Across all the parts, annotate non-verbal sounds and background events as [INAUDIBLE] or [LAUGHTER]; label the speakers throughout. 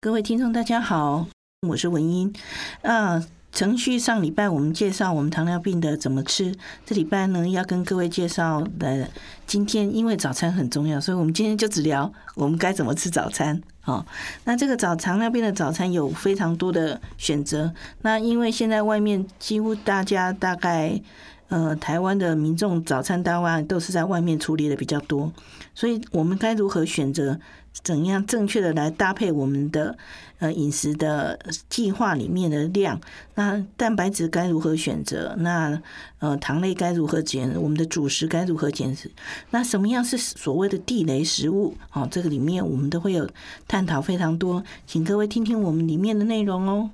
Speaker 1: 各位听众大家好，我是文英。啊，程序上礼拜我们介绍我们糖尿病的怎么吃，这礼拜呢要跟各位介绍的，今天因为早餐很重要，所以我们今天就只聊我们该怎么吃早餐。哦，那这个早糖尿病的早餐有非常多的选择。那因为现在外面几乎大家大概，呃，台湾的民众早餐大概都是在外面处理的比较多，所以我们该如何选择怎样正确的来搭配我们的呃饮食的计划里面的量，那蛋白质该如何选择？那呃糖类该如何减？我们的主食该如何减？那什么样是所谓的地雷食物？哦，这个里面我们都会有探讨非常多，请各位听听我们里面的内容哦。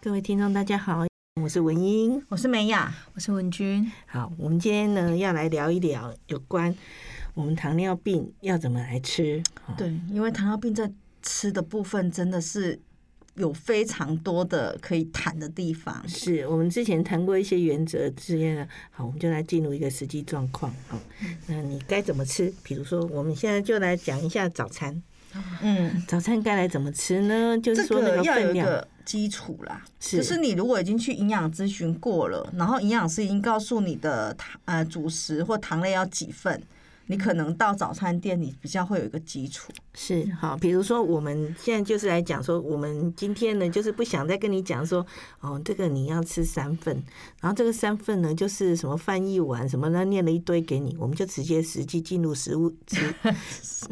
Speaker 1: 各位听众大家好，我是文英，
Speaker 2: 我是美雅，
Speaker 3: 我是文君。
Speaker 1: 好，我们今天呢要来聊一聊有关我们糖尿病要怎么来吃。
Speaker 3: 啊
Speaker 1: 哦，
Speaker 2: 对，因为糖尿病在吃的部分真的是有非常多的可以谈的地方。
Speaker 1: 是我们之前谈过一些原则之类的。好，我们就来进入一个实际状况。好，那你该怎么吃？比如说，我们现在就来讲一下早餐。
Speaker 2: 嗯，
Speaker 1: 早餐该来怎么吃呢？就是
Speaker 2: 这
Speaker 1: 说那个
Speaker 2: 个要有
Speaker 1: 分
Speaker 2: 一
Speaker 1: 量，
Speaker 2: 个基础啦，
Speaker 1: 是
Speaker 2: 就是你如果已经去营养咨询过了，然后营养师已经告诉你的糖呃主食或糖类要几份，你可能到早餐店你比较会有一个基础。
Speaker 1: 是好，比如说我们现在就是来讲说，我们今天呢就是不想再跟你讲说，哦，这个你要吃三份，然后这个三份呢就是什么饭一碗什么呢，念了一堆给你，我们就直接实际进入食物
Speaker 2: [LAUGHS]
Speaker 1: 食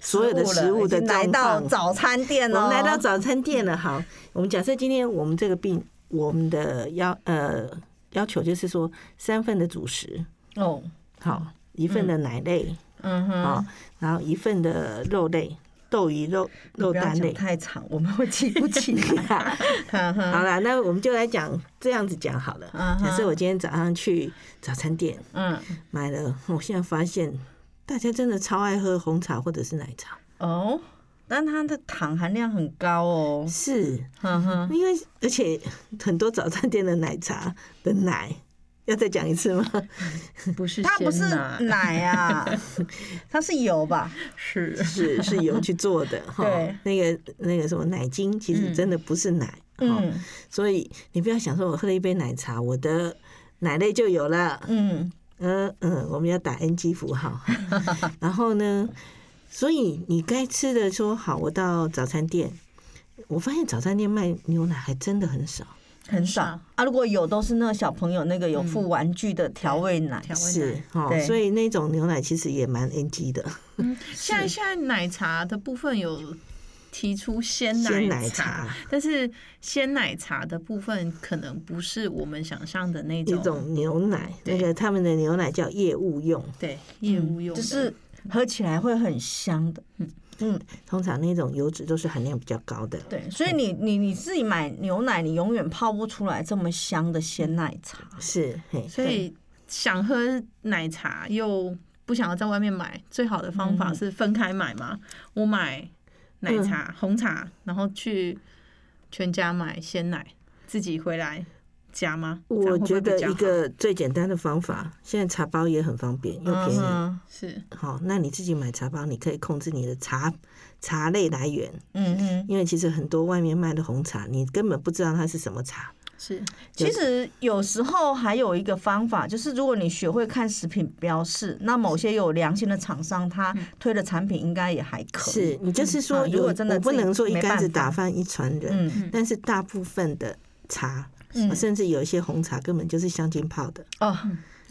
Speaker 1: 所有的食物的
Speaker 2: 已经来
Speaker 1: 状
Speaker 2: 到
Speaker 1: 况
Speaker 2: 早餐店
Speaker 1: 我
Speaker 2: 哦，
Speaker 1: 们来到早餐店了，好，我们假设今天我们这个病，我们的要呃要求就是说三份的主食，
Speaker 2: 哦，
Speaker 1: 好，一份的奶类，
Speaker 2: 嗯哼，
Speaker 1: 好，啊然后一份的肉类，豆鱼肉
Speaker 2: 你
Speaker 1: 肉
Speaker 2: 不要
Speaker 1: 蛋类
Speaker 2: 讲。太长，我们会记不起
Speaker 1: [LAUGHS]
Speaker 2: [LAUGHS] 来。嗯哼
Speaker 1: 好啦，那我们就来讲这样子讲好了。
Speaker 2: 嗯哼
Speaker 1: 假设我今天早上去早餐店
Speaker 2: 嗯，
Speaker 1: 买了，我现在发现大家真的超爱喝红茶或者是奶茶，
Speaker 2: 哦，但它的糖含量很高哦。
Speaker 1: 是
Speaker 2: 哼哼，
Speaker 1: 因为而且很多早餐店的奶茶的奶。要再讲一次吗？
Speaker 3: 不是
Speaker 2: 它不是
Speaker 3: 鲜奶
Speaker 2: 奶啊，它是油吧？
Speaker 3: 是
Speaker 1: 是是由去做的哈
Speaker 2: 对，
Speaker 1: 那个那个什么奶精，其实真的不是奶，哈，
Speaker 2: 嗯
Speaker 1: 所以你不要想说我喝了一杯奶茶，我的奶类就有了，
Speaker 2: 嗯，
Speaker 1: 嗯嗯，我们要打 NG 符号。然后呢，所以你该吃的说好，我到早餐店，我发现早餐店卖牛奶还真的很少，
Speaker 2: 很少啊。如果有，都是那个小朋友那个有附玩具的调味奶。
Speaker 3: 调味
Speaker 1: 是
Speaker 3: 奶。
Speaker 1: 哦
Speaker 2: 对，
Speaker 1: 所以那种牛奶其实也蛮 NG 的，
Speaker 3: 嗯，现在现在奶茶的部分有提出鲜奶
Speaker 1: 鲜奶茶
Speaker 3: 但是鲜奶茶的部分可能不是我们想象的那
Speaker 1: 那
Speaker 3: 种，
Speaker 1: 种牛奶，
Speaker 3: 对
Speaker 1: 那个他们的牛奶叫业务用，
Speaker 3: 对业务用的、
Speaker 2: 就是喝起来会很香的。嗯，
Speaker 1: 通常那种油脂都是含量比较高的。
Speaker 2: 对，所以你你你自己买牛奶，你永远泡不出来这么香的鲜奶茶。
Speaker 1: 是，嘿，
Speaker 3: 所以想喝奶茶又不想要在外面买，最好的方
Speaker 1: 嗯
Speaker 3: 法是分开买嘛。我买奶茶、红茶，然后去全家买鲜奶，自己回来加吗？这样
Speaker 1: 我
Speaker 3: 会不
Speaker 1: 觉
Speaker 3: 会比
Speaker 1: 得
Speaker 3: 较
Speaker 1: 一
Speaker 3: 好
Speaker 1: 个最简单的方法，现在茶包也很方便又便宜。
Speaker 2: 嗯
Speaker 3: 是
Speaker 1: 好，那你自己买茶包，你可以控制你的茶茶类来源，
Speaker 2: 哼嗯嗯
Speaker 1: 因为其实很多外面卖的红茶，你根本不知道它是什么茶，
Speaker 3: 是
Speaker 2: 其实有时候还有一个方法，就是如果你学会看食品标示，那某些有良心的厂商，他推的产品应该也还可以。
Speaker 1: 是，你就是说
Speaker 2: 嗯如
Speaker 1: 有，
Speaker 2: 果真的
Speaker 1: 我不
Speaker 2: 自己
Speaker 1: 能说一
Speaker 2: 没
Speaker 1: 竿
Speaker 2: 办
Speaker 1: 子
Speaker 2: 法
Speaker 1: 打翻一船人，
Speaker 2: 嗯，
Speaker 1: 但是大部分的茶，
Speaker 2: 嗯
Speaker 1: 甚至有一些红茶根本就是香精泡的。
Speaker 2: 哦，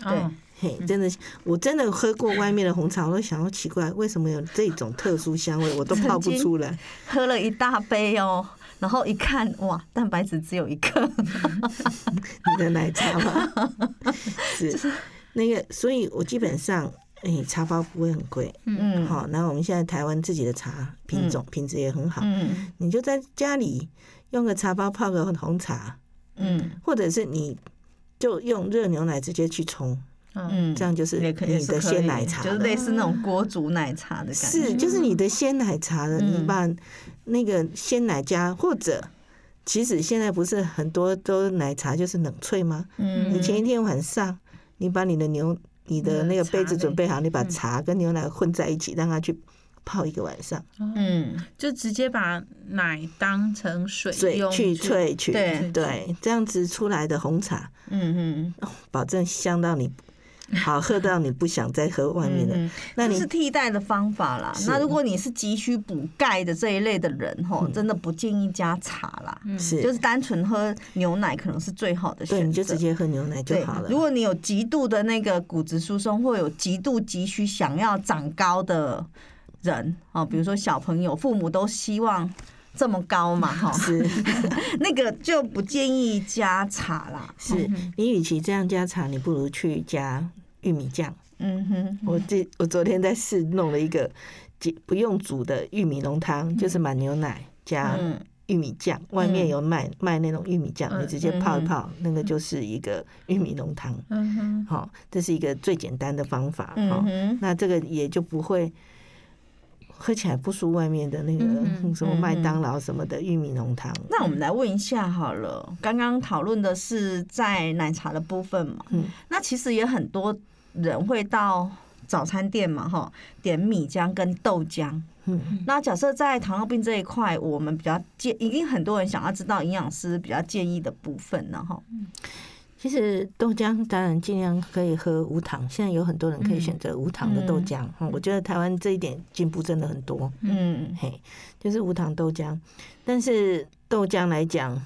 Speaker 3: 哦
Speaker 1: 嘿，
Speaker 2: 嗯
Speaker 1: 真的，我真的喝过外面的红茶，我都想说奇怪，为什么有这种特殊香味，我都泡不出
Speaker 2: [LAUGHS]
Speaker 1: 来。
Speaker 2: 喝了一大杯哦，然后一看，哇，蛋白质只有一个，
Speaker 1: 你的奶茶吗？
Speaker 2: [LAUGHS]
Speaker 1: 是那个，所以我基本上，哎、茶包不会很贵，
Speaker 2: 嗯，
Speaker 1: 好、然后我们现在台湾自己的茶品种、品质也很好，
Speaker 2: 嗯
Speaker 1: 你就在家里用个茶包泡个红茶，
Speaker 2: [LAUGHS] 嗯
Speaker 1: 或者是你就用热牛奶直接去冲，
Speaker 2: 嗯，
Speaker 1: 这样就是
Speaker 2: 也可以
Speaker 1: 你的
Speaker 2: 是可以
Speaker 1: 鲜奶茶
Speaker 2: 就是
Speaker 1: 了。
Speaker 2: 类似那种锅煮奶茶的感觉，
Speaker 1: 是，就是你的鲜奶茶了，
Speaker 2: 嗯
Speaker 1: 你把那个鲜奶加或者。其实现在不是很多都奶茶就是冷萃吗？
Speaker 2: 嗯
Speaker 1: 你前一天晚上，你把你的牛、你的那个杯子准备好，你
Speaker 2: 嗯
Speaker 1: 把茶跟牛奶混在一起，让它去泡一个晚上，
Speaker 2: 嗯
Speaker 3: 就直接把奶当成水
Speaker 1: 水
Speaker 3: 用
Speaker 1: 去萃取，
Speaker 2: 对
Speaker 1: 对，这样子出来的红茶，哦
Speaker 2: 嗯嗯
Speaker 1: 保证香到你，好喝到你不想再喝外面
Speaker 2: 嗯
Speaker 1: 的。
Speaker 2: 嗯，
Speaker 1: 那
Speaker 2: 这
Speaker 1: 你
Speaker 2: 是替代的方法啦。
Speaker 1: 是
Speaker 2: 那如果你是急需补钙的这一类的人吼，
Speaker 1: 嗯
Speaker 2: 真的不建议加茶啦，
Speaker 1: 是
Speaker 2: 嗯就是单纯喝牛奶可能是最好的选
Speaker 1: 嗯对，
Speaker 2: 择。
Speaker 1: 你就直接喝牛奶就
Speaker 2: 对
Speaker 1: 好了。
Speaker 2: 如果你有极度的那个骨质疏松，或有极度急需想要长高的人
Speaker 1: 嗯
Speaker 2: 啊，比如说小朋友，父母都希望这么
Speaker 1: [LAUGHS]
Speaker 2: 高嘛，哈，
Speaker 1: 是
Speaker 2: 那个就不建议加茶啦。
Speaker 1: 是，你与其这样加茶，你不如去加玉米酱。
Speaker 2: 嗯哼，
Speaker 1: 我这我昨天在试弄了一个解不用煮的玉米浓汤，就是买牛奶加
Speaker 2: 嗯
Speaker 1: 玉米酱，外面有卖卖那种玉米酱，你直接泡一泡，那个就是一个玉米浓汤。
Speaker 3: 嗯哼，
Speaker 1: 好，这是一个最简单的方法。
Speaker 2: 嗯
Speaker 1: 好，
Speaker 2: 哼，
Speaker 1: 那这个也就不会喝起来不输外面的那
Speaker 2: 嗯
Speaker 1: 个什么麦当劳什么的玉米浓汤。
Speaker 2: 那我们来问一下好了，刚刚讨论的是在奶茶的部分嘛，
Speaker 1: 嗯
Speaker 2: 那其实也很多人会到早餐店嘛，哈，点米浆跟豆浆。
Speaker 1: 嗯，
Speaker 2: 那假设在糖尿病这一块，我们比较建，一定很多人想要知道营养师比较建议的部分呢，哈。
Speaker 1: 其实豆浆当然尽量可以喝无糖，现在有很多人
Speaker 2: 嗯
Speaker 1: 可以选择无糖的豆浆。嗯我觉得台湾这一点进步真的很多。
Speaker 2: 嗯
Speaker 1: 嘿，就是无糖豆浆。但是豆浆来讲，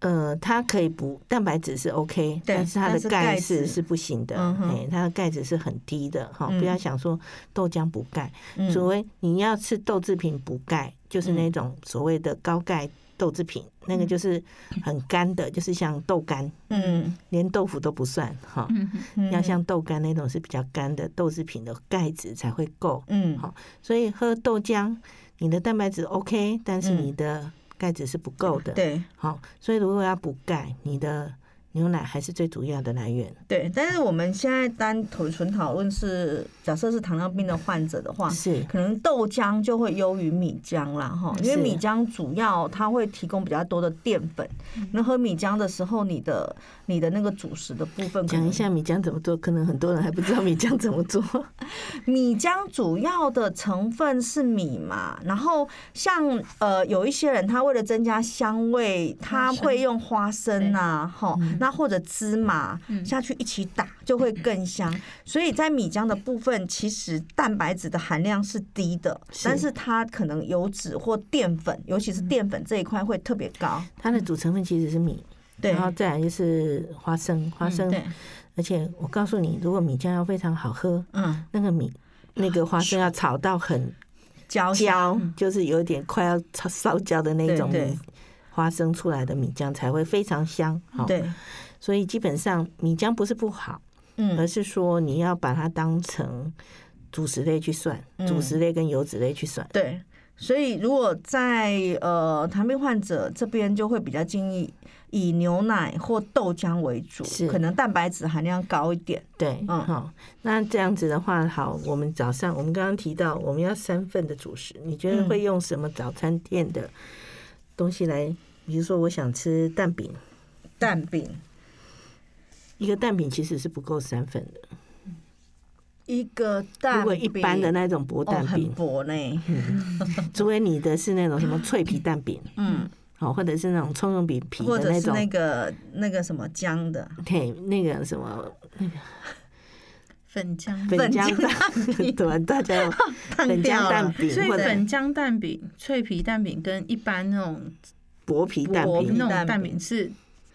Speaker 1: 呃，它可以补蛋白质是 OK，
Speaker 2: 对
Speaker 1: 但是它
Speaker 2: 但
Speaker 1: 的
Speaker 2: 是
Speaker 1: 钙
Speaker 2: 钙质
Speaker 1: 质是不行的，
Speaker 2: 嗯哼
Speaker 1: 嘿，它的钙质是很低的哈。
Speaker 2: 嗯
Speaker 1: 不要想说豆浆补钙，
Speaker 2: 嗯
Speaker 1: 所谓你要吃豆制品补钙，就是那种所谓的高钙豆制品，那个就是很干的，就是像豆干，
Speaker 2: 嗯，
Speaker 1: 连豆腐都不算哈。
Speaker 2: 嗯
Speaker 1: 要像豆干那种是比较干的豆制品的钙质才会够，
Speaker 2: 嗯
Speaker 1: 好所以喝豆浆，你的蛋白质 OK，但是
Speaker 2: 嗯
Speaker 1: 你的钙质是不够的。，
Speaker 2: 对
Speaker 1: 好，所以如果要补钙，你的牛奶还是最主要的来源。
Speaker 2: 对，但是我们现在单纯纯讨论是，假设是糖尿病的患者的话。
Speaker 1: 是，
Speaker 2: 可能豆浆就会优于米浆啦，哈，因为
Speaker 1: 是
Speaker 2: 米浆主要它会提供比较多的淀粉。
Speaker 1: 嗯
Speaker 2: 那喝米浆的时候，你的你的那个主食的部分，
Speaker 1: 讲一下米浆怎么做，可能很多人还不知道米浆怎么做。 [LAUGHS]
Speaker 2: 米浆主要的成分是米嘛，然后像呃有一些人他为了增加香味，他会用花生啊，吼，那或者芝麻下去一起打就会更香。所以在米浆的部分，其实蛋白质的含量是低的，
Speaker 1: 是
Speaker 2: 但是它可能油脂或淀粉，尤其是淀粉这一块会特别高。
Speaker 1: 它的主成分其实是米，
Speaker 2: 对嗯
Speaker 1: 然后再来就是花生，花生，
Speaker 2: 对，
Speaker 1: 而且我告诉你，如果米浆要非常好喝，
Speaker 2: 嗯，
Speaker 1: 那个米。那个花生要炒到很
Speaker 2: 焦香，
Speaker 1: 焦，就是有点快要 [LAUGHS] 烧烧焦的那种
Speaker 2: 对对
Speaker 1: 米花生出来的米浆才会非常香。好，
Speaker 2: 对，
Speaker 1: 所以基本上米浆不是不好，而
Speaker 2: 嗯
Speaker 1: 是说你要把它当成主食类去算，
Speaker 2: 嗯
Speaker 1: 主食类跟油脂类去算。
Speaker 2: 对，所以如果在呃糖尿病患者这边，就会比较建议以牛奶或豆浆为主
Speaker 1: 是，
Speaker 2: 可能蛋白质含量高一点。
Speaker 1: 对，
Speaker 2: 嗯
Speaker 1: 好、那这样子的话，好，我们早上我们刚刚提到我们要三份的主食，你觉得
Speaker 2: 嗯
Speaker 1: 会用什么早餐店的东西来？比如说，我想吃蛋饼，
Speaker 2: 蛋饼
Speaker 1: 一个蛋饼其实是不够三份的。
Speaker 2: 一个蛋饼，
Speaker 1: 如果一般的那种薄
Speaker 2: 哦
Speaker 1: 蛋
Speaker 2: 很
Speaker 1: 饼，嗯
Speaker 2: 薄呢，
Speaker 1: 除非你的是那种什么脆皮蛋饼，
Speaker 2: 嗯，
Speaker 1: 哦，或者是那种葱油饼皮
Speaker 2: 或
Speaker 1: 的
Speaker 2: 者
Speaker 1: 那
Speaker 2: 是
Speaker 1: 种，嗯
Speaker 2: 那个那个什么姜的，
Speaker 1: 对，那个什么
Speaker 3: 粉浆
Speaker 1: 粉
Speaker 2: 粉
Speaker 1: 浆
Speaker 2: 浆
Speaker 1: 蛋饼，对吧？大家有
Speaker 2: [LAUGHS] 烫
Speaker 1: 粉
Speaker 2: 掉
Speaker 1: 浆
Speaker 2: 了
Speaker 1: 蛋饼
Speaker 3: 所以
Speaker 1: 或者
Speaker 3: 粉浆蛋饼、脆皮蛋饼跟一般那种
Speaker 1: 薄皮蛋
Speaker 3: 薄
Speaker 1: 饼
Speaker 3: 那种
Speaker 2: 蛋
Speaker 3: 蛋
Speaker 2: 饼
Speaker 3: 饼是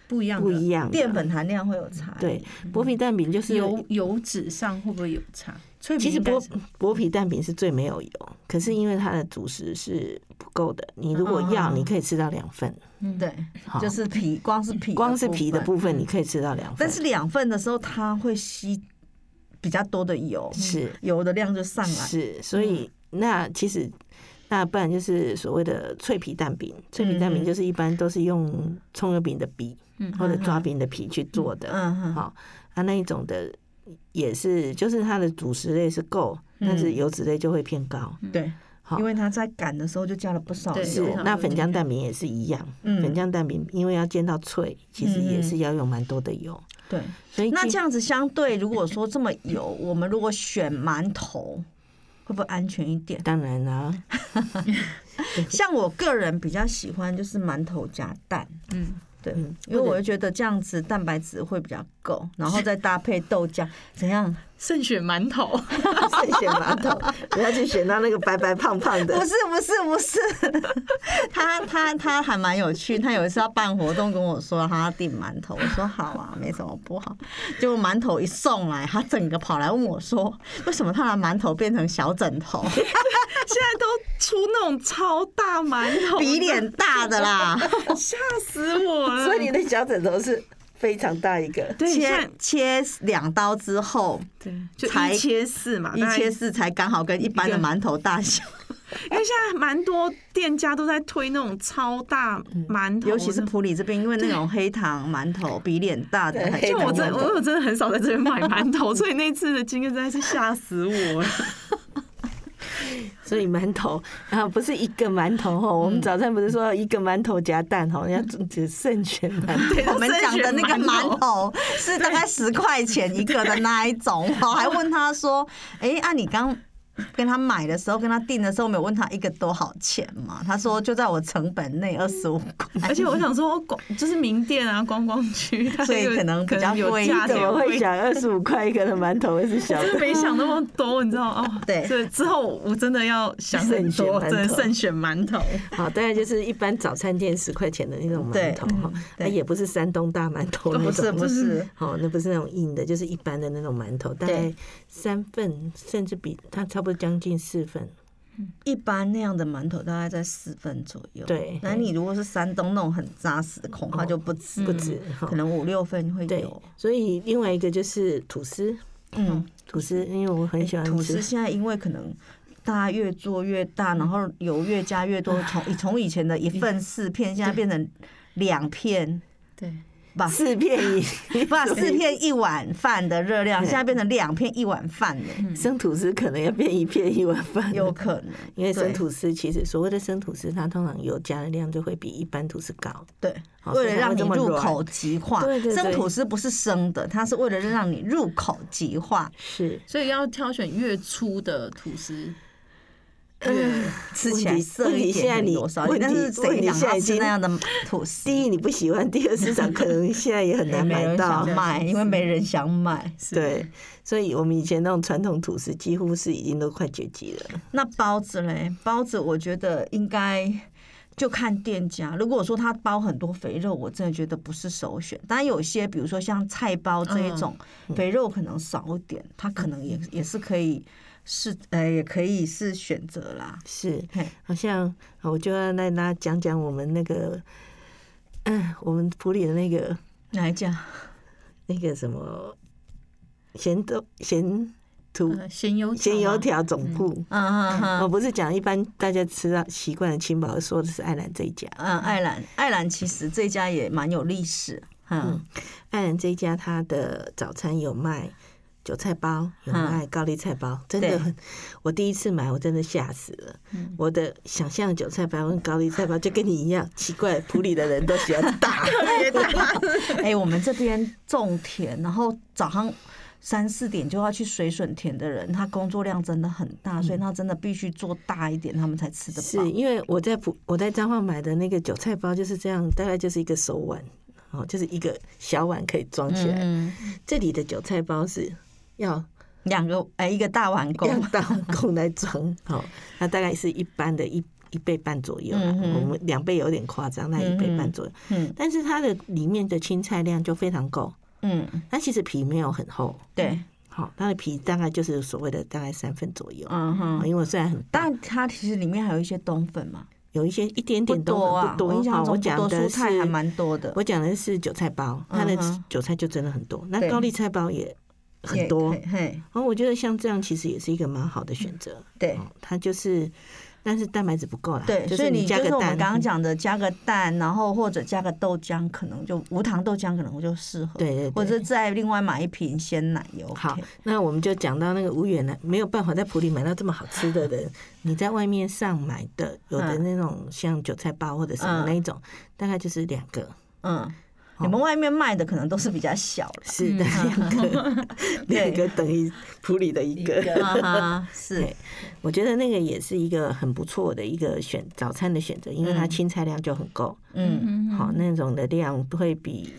Speaker 3: 不一样的，
Speaker 1: 不一样的，
Speaker 2: 淀粉嗯含量会有差。
Speaker 1: 对，薄皮蛋饼就是
Speaker 3: 油油脂上会不会有差？脆皮
Speaker 1: 其实
Speaker 3: 应该
Speaker 1: 薄
Speaker 3: 是
Speaker 1: 薄皮蛋饼是最没有油，可是因为它的主食是不够的，你如果要，
Speaker 2: 嗯
Speaker 1: 你可以吃到两份，好
Speaker 2: 对，就是皮，光是皮，
Speaker 1: 光是皮的
Speaker 2: 部分，嗯
Speaker 1: 部分你可以吃到两份，
Speaker 2: 但是两份的时候，它会吸比较多的油，
Speaker 1: 是
Speaker 2: 油的量就上来。
Speaker 1: 是，所以那其实那不然就是所谓的脆皮蛋饼，脆皮蛋饼就是一般都是用葱油饼的皮或者抓饼的皮去做的，
Speaker 2: 嗯哼，
Speaker 1: 好，它那一种的也是，就是它的主食类是够，但是油脂类就会偏高。
Speaker 3: 对，
Speaker 1: 好
Speaker 2: 因为它在擀的时候就加了不少
Speaker 3: 对
Speaker 1: 是
Speaker 3: 非
Speaker 2: 油
Speaker 3: 常。，
Speaker 1: 那
Speaker 3: 多
Speaker 1: 粉
Speaker 3: 的
Speaker 1: 浆蛋饼也是一样，
Speaker 2: 嗯
Speaker 1: 粉浆蛋饼因为要煎到脆，其实也是要用蛮多的油，
Speaker 3: 对，
Speaker 1: 所以
Speaker 2: 那
Speaker 1: 其
Speaker 2: 这样子相对，如果说这么油， [LAUGHS] 我们如果选馒头，会不会安全一点？
Speaker 1: 当然啦、啊 [LAUGHS]
Speaker 2: 像我个人比较喜欢就是馒头加蛋，
Speaker 3: 嗯，
Speaker 2: 对
Speaker 1: 嗯，
Speaker 2: 因为我就觉得这样子蛋白质会比较够，然后再搭配
Speaker 3: [LAUGHS]
Speaker 2: 豆浆，怎样？
Speaker 3: 慎选馒 [LAUGHS] 头，
Speaker 1: 慎选馒头，不要去选到那个白白胖胖 [LAUGHS]
Speaker 2: 不
Speaker 1: 的。
Speaker 2: 是不是不是，
Speaker 3: [LAUGHS]
Speaker 2: 他他他还蛮有趣。他有一次要办活动，跟我说他要订馒头，我说好啊，没什么不好。结果馒头一送来，他整个跑来问我说，为什么他的馒头变成小枕头，
Speaker 3: 现在都出那种超大
Speaker 2: [LAUGHS]
Speaker 3: 馒头，
Speaker 2: 比脸大的啦，
Speaker 3: [LAUGHS] 吓死我了。
Speaker 1: 所以你的小枕头是非常大一个，
Speaker 3: 对，现在
Speaker 2: 切切两刀之后，
Speaker 3: 对就
Speaker 2: 才
Speaker 3: 一切四嘛，
Speaker 2: 一
Speaker 3: 大概
Speaker 2: 切四才刚好跟一般的馒头大小，
Speaker 3: 因为现在蛮多店家都在推那种超大馒头，
Speaker 2: 尤其是普里这边，因为那种黑糖馒头比脸大的，
Speaker 1: 对
Speaker 3: 就
Speaker 1: 黑
Speaker 3: 我
Speaker 1: 糖
Speaker 3: 真
Speaker 1: 馒
Speaker 3: 我
Speaker 1: 头
Speaker 3: 有真的很少在这边买馒头，
Speaker 2: [LAUGHS]
Speaker 3: 所以那次的经验真的是吓死我了。
Speaker 1: 所以馒头啊不是一个馒头
Speaker 2: 嗯
Speaker 1: 哦，我们早餐不是说一个馒头夹蛋
Speaker 2: [LAUGHS]
Speaker 1: 哦，要只慎选馒头。
Speaker 2: 我们讲的
Speaker 3: [LAUGHS]
Speaker 2: 那个馒头是大概十块钱一个的那一种，我还问他说：“哎、啊，你刚跟他买的时候，跟他订的时候，没有问他一个多少钱嘛？”他说：“就在我成本内，二十五块。”
Speaker 3: 而且我想说，光就是名店啊，观光区，它
Speaker 2: 所以
Speaker 3: 有
Speaker 2: 可能比较
Speaker 3: 有
Speaker 2: 贵一
Speaker 3: 价
Speaker 1: [LAUGHS] 怎
Speaker 3: 钱
Speaker 1: 么会想二十五块一个的馒头会是小
Speaker 3: 真的？
Speaker 1: 的
Speaker 2: [LAUGHS]
Speaker 3: 没想那么多，你知道哦？
Speaker 2: 对
Speaker 3: 所以之后我真的要想很多，
Speaker 1: 慎选馒头
Speaker 3: 真的慎选馒头。
Speaker 1: 好，当然就是一般早餐店十块钱的那种
Speaker 2: 对
Speaker 1: 馒头哈，那
Speaker 2: 对
Speaker 1: 也不是山东大馒头那种，
Speaker 2: 不是不是，
Speaker 1: [LAUGHS] 哦，那不是那种硬的，就是一般的那种馒头，大概三份，甚至比它差不多将近四份。
Speaker 2: 一般那样的馒头大概在四分左右。
Speaker 1: 对哦
Speaker 2: 那你如果是山东那种很扎实的，恐怕就不止，
Speaker 1: 不止哈
Speaker 2: 可能五六份会
Speaker 1: 对
Speaker 2: 有。，
Speaker 1: 所以另外一个就是吐司，
Speaker 2: 嗯，哎
Speaker 1: 吐司，因为我很喜欢
Speaker 2: 吐司
Speaker 1: 吃，
Speaker 2: 现在因为可能大家越做越大，
Speaker 1: 嗯
Speaker 2: 然后油越加越多，
Speaker 1: 啊
Speaker 2: 从从以前的一份四片，现在变成两
Speaker 1: [LAUGHS]
Speaker 2: 片，
Speaker 3: [LAUGHS] 对，
Speaker 2: 吧，
Speaker 1: 四片一
Speaker 2: 不四片一碗饭的热量，现在变成两片一碗饭呢，
Speaker 1: 生吐司可能要变一片一碗饭了，
Speaker 2: 有可能，
Speaker 1: 因为生
Speaker 2: 对
Speaker 1: 吐司其实所谓的生吐司，它通常油加的量就会比一般吐司高。
Speaker 2: 对。
Speaker 1: 好
Speaker 2: 为了
Speaker 1: 所以它
Speaker 2: 让
Speaker 1: 会
Speaker 2: 你
Speaker 1: 这么
Speaker 2: 入
Speaker 1: 软
Speaker 2: 口即化，
Speaker 1: 对对对
Speaker 2: 生吐司不是生的，它是为了让你入口即化，
Speaker 1: 是
Speaker 3: 所以要挑选越粗的吐司，
Speaker 2: 吃起来涩
Speaker 1: 问
Speaker 2: 一
Speaker 1: 题现在
Speaker 2: 点，
Speaker 1: 你
Speaker 2: 油烧一
Speaker 1: 问
Speaker 2: 点。但
Speaker 1: 题
Speaker 2: 是
Speaker 1: 问
Speaker 2: 谁
Speaker 1: 题
Speaker 2: 想
Speaker 1: 现在
Speaker 2: 要
Speaker 1: 已
Speaker 2: 吃
Speaker 1: 经
Speaker 2: 那样的吐司？
Speaker 1: 第一你不喜欢，第二市场可能现在也很
Speaker 2: [LAUGHS]
Speaker 1: 难
Speaker 2: 没
Speaker 1: 买
Speaker 2: 人
Speaker 1: 到
Speaker 2: 想。买，因为没人想买。
Speaker 1: 对，所以我们以前那种传统吐司几乎是已经都快绝迹了。
Speaker 2: 那包子嘞？包子我觉得应该就看店家。如果说他包很多肥肉，我真的觉得不是首选。当然有些，比如说像菜包这一种，
Speaker 1: 嗯
Speaker 2: 肥肉可能少一点，它可能也也是可以是呃，也可以是选择啦。
Speaker 1: 是
Speaker 2: 嘿，
Speaker 1: 好像好我就要来大家讲讲我们那个， [COUGHS] 嗯，我们普里的那个
Speaker 2: 哪一家？
Speaker 1: 那个什么咸豆咸土
Speaker 3: 呃，咸油
Speaker 1: 咸
Speaker 3: 条
Speaker 1: 油
Speaker 3: 吗
Speaker 1: 条总部。
Speaker 2: 嗯嗯
Speaker 1: 我
Speaker 2: 嗯
Speaker 1: 哦不是讲一般大家吃到习惯的轻薄，说的是爱兰这一家。
Speaker 2: 嗯，爱兰，爱兰其实这家也蛮有历史。嗯
Speaker 1: 嗯，爱兰这一家它的早餐有卖韭菜包，有
Speaker 2: 嗯
Speaker 1: 卖高丽菜包，真
Speaker 2: 对嗯
Speaker 1: 的很。我第一次买，我真的吓死了。我的想象韭菜包跟高丽菜包就跟你一样，奇怪，普里的人都喜欢
Speaker 2: [LAUGHS]
Speaker 1: 大，
Speaker 2: 哎、我们这边种田，然后早上三四点就要去水笋田的人，他工作量真的很大，所以他真的必须做大一点，他们才吃得
Speaker 1: 嗯是
Speaker 2: 饱。
Speaker 1: 因为我在普我在彰化买的那个韭菜包就是这样，大概就是一个手腕，哦，就是一个小碗可以装起来。
Speaker 2: 嗯，
Speaker 1: 这里的韭菜包是要
Speaker 2: 两个哎、一个大碗
Speaker 1: [LAUGHS]
Speaker 2: 公
Speaker 1: 要到空来
Speaker 2: [LAUGHS]
Speaker 1: 装，哦，那大概是一般的一一倍半左右啦。
Speaker 2: 嗯哼
Speaker 1: 我们两倍有点夸张，那一倍半左右。
Speaker 2: 嗯
Speaker 1: 但是它的里面的青菜量就非常够，
Speaker 2: 嗯，
Speaker 1: 它其实皮没有很厚，
Speaker 2: 对，
Speaker 1: 好、它的皮大概就是所谓的大概三份左右。
Speaker 2: 嗯
Speaker 1: 哦
Speaker 2: 哼。
Speaker 1: 因为虽然很大，
Speaker 2: 但它其实里面还有一些冬粉嘛，
Speaker 1: 有一些一点
Speaker 2: 不
Speaker 1: 点都
Speaker 2: 多
Speaker 1: 很
Speaker 2: 啊，
Speaker 1: 不多。
Speaker 2: 我印象
Speaker 1: 哦我
Speaker 2: 中不
Speaker 1: 讲
Speaker 2: 多，
Speaker 1: 的
Speaker 2: 蔬
Speaker 1: 是
Speaker 2: 菜还蛮多的，
Speaker 1: 我讲的是韭菜包，它的
Speaker 2: 嗯哼
Speaker 1: 韭菜就真的很多。那
Speaker 2: 对
Speaker 1: 高丽菜包也很
Speaker 2: 也
Speaker 1: 多。
Speaker 2: 嘿嘿，
Speaker 1: 然后我觉得像这样其实也是一个蛮好的选择。
Speaker 2: 对
Speaker 1: 哦它就是，但是蛋白质不够啦。
Speaker 2: 对，
Speaker 1: 就
Speaker 2: 所以
Speaker 1: 是
Speaker 2: 你
Speaker 1: 加
Speaker 2: 就是
Speaker 1: 个
Speaker 2: 我
Speaker 1: 蛋。嗯
Speaker 2: 们刚刚讲的加个蛋，然后或者加个豆浆，可能就无糖豆浆可能就适合，
Speaker 1: 对对对
Speaker 2: 或者再另外买一瓶鲜奶油。
Speaker 1: 好，那我们就讲到那个无缘了，没有办法在普里买到这么好吃的
Speaker 2: [LAUGHS]
Speaker 1: 人，你在外面上买的，有的
Speaker 2: 嗯
Speaker 1: 那种像韭菜包或者什么
Speaker 2: 嗯
Speaker 1: 那一种，大概就是两个，哦
Speaker 2: 嗯，你们嗯外面卖的可能都是比较小了。
Speaker 1: 是的，两
Speaker 2: [LAUGHS]
Speaker 1: 个，两个等于普里的一个。
Speaker 2: 啊哈，是
Speaker 1: 对，我觉得那个也是一个很不错的一个选早餐的选择，因为它
Speaker 2: 嗯
Speaker 1: 青菜量就很够，
Speaker 2: 嗯。
Speaker 1: 好那种的量会比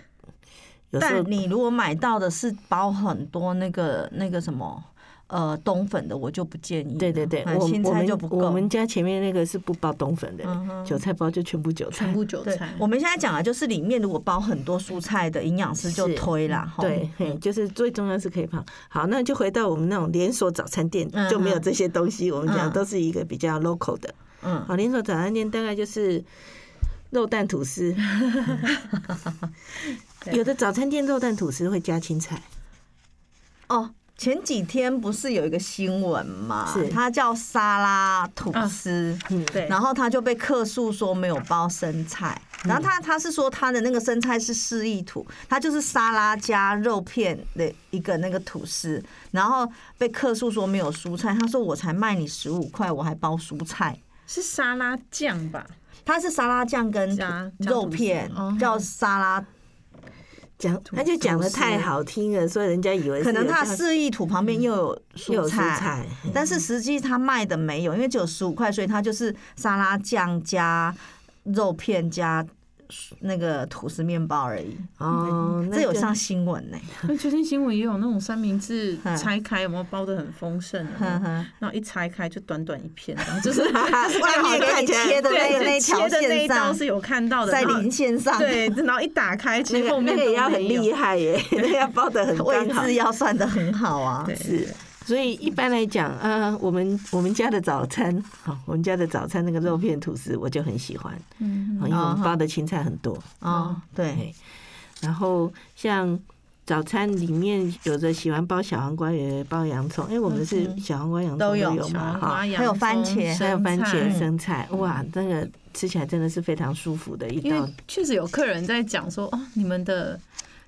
Speaker 1: 有时候
Speaker 2: 但你如果买到的是包很多那个那个什么呃冬粉的，我就不建议。
Speaker 1: 对对对，
Speaker 2: 哎
Speaker 1: 我
Speaker 2: 青
Speaker 1: 我
Speaker 2: 菜
Speaker 1: 们
Speaker 2: 就不够。
Speaker 1: 我们家前面那个是不包冬粉的
Speaker 2: 嗯，哼
Speaker 1: 韭菜包就全部韭菜
Speaker 3: 全。部韭
Speaker 2: 对
Speaker 3: 菜，，
Speaker 2: 我们现在讲的就是里面如果包很多蔬菜的，营养师就是推啦。吼
Speaker 1: 对，嘿，就是最重要是可以胖。好，那就回到我们那种连锁早餐店
Speaker 2: 嗯
Speaker 1: 就没有这些东西，我们讲
Speaker 2: 嗯
Speaker 1: 都是一个比较 local 的。
Speaker 2: 嗯，
Speaker 1: 好，连锁早餐店大概就是肉蛋吐司，
Speaker 2: [LAUGHS]
Speaker 1: 有的早餐店肉蛋吐司会加青菜，
Speaker 2: 哦，前几天不是有一个新闻嘛
Speaker 1: 是，
Speaker 2: 它叫沙拉吐司，
Speaker 1: 嗯，
Speaker 3: 对
Speaker 2: 然后他就被客诉说没有包生菜，然后他他是说他的那个生菜是示意图，他就是沙拉加肉片的一个那个吐司，然后被客诉说没有蔬菜，他说我才卖你十五块，我还包蔬菜。
Speaker 3: 是沙拉酱吧？
Speaker 2: 它是沙拉酱跟
Speaker 3: 加加
Speaker 2: 肉片
Speaker 3: 吐司哦，
Speaker 2: 叫沙拉，
Speaker 1: 讲他就讲的太好听了，所以人家以为是
Speaker 2: 可能
Speaker 1: 有
Speaker 2: 它
Speaker 1: 这样
Speaker 2: 示意图旁边又有
Speaker 1: 又
Speaker 2: 蔬
Speaker 1: 有蔬
Speaker 2: 菜，
Speaker 1: 菜，
Speaker 2: 但是实际它卖的没有，因为只有十五块，所以它就是沙拉酱加肉片加那个吐司面包而已。
Speaker 1: 哦，那
Speaker 2: 嗯这有
Speaker 1: 就
Speaker 2: 上新闻呢、
Speaker 3: 那最近新闻也有那种三明治
Speaker 2: [LAUGHS] 嗯
Speaker 3: 拆开，有没有包的很丰盛啊？
Speaker 2: 呵呵，
Speaker 3: 然后一拆开就短短一片，然后就是
Speaker 2: [LAUGHS] 外面给你切的那
Speaker 3: 对
Speaker 2: 个那
Speaker 3: 切
Speaker 2: 条
Speaker 3: 的那
Speaker 2: 线
Speaker 3: 一刀
Speaker 2: 上，
Speaker 3: 是有看到的，
Speaker 2: 在
Speaker 3: 然后
Speaker 2: 零线上，
Speaker 3: 对，然后一打开，其
Speaker 1: [LAUGHS] 那
Speaker 3: 实后
Speaker 1: 个
Speaker 3: 面
Speaker 1: 那个也要很厉
Speaker 3: 害。
Speaker 1: 害耶，那个要包的很
Speaker 2: 位
Speaker 1: 刚好
Speaker 2: 置。要算的很好啊
Speaker 3: 对。
Speaker 1: 是，所以一般来讲，呃，我们我们家的早餐，好，我们家的早餐那个肉片吐司我就很喜欢，嗯，因为我们包的青菜很多，
Speaker 2: 哦，对，
Speaker 1: 然后像早餐里面有的喜欢包小黄瓜，有的包洋葱，哎、我们是小黄瓜、洋葱
Speaker 2: 都有
Speaker 1: 有嘛，哈，
Speaker 3: 还
Speaker 2: 还有番茄
Speaker 1: 还有番茄、
Speaker 2: 菜
Speaker 1: 生菜，哇，那个吃起来真的是非常舒服的一
Speaker 3: 因
Speaker 1: 道
Speaker 3: 为。确实有客人在讲说，哦，你们的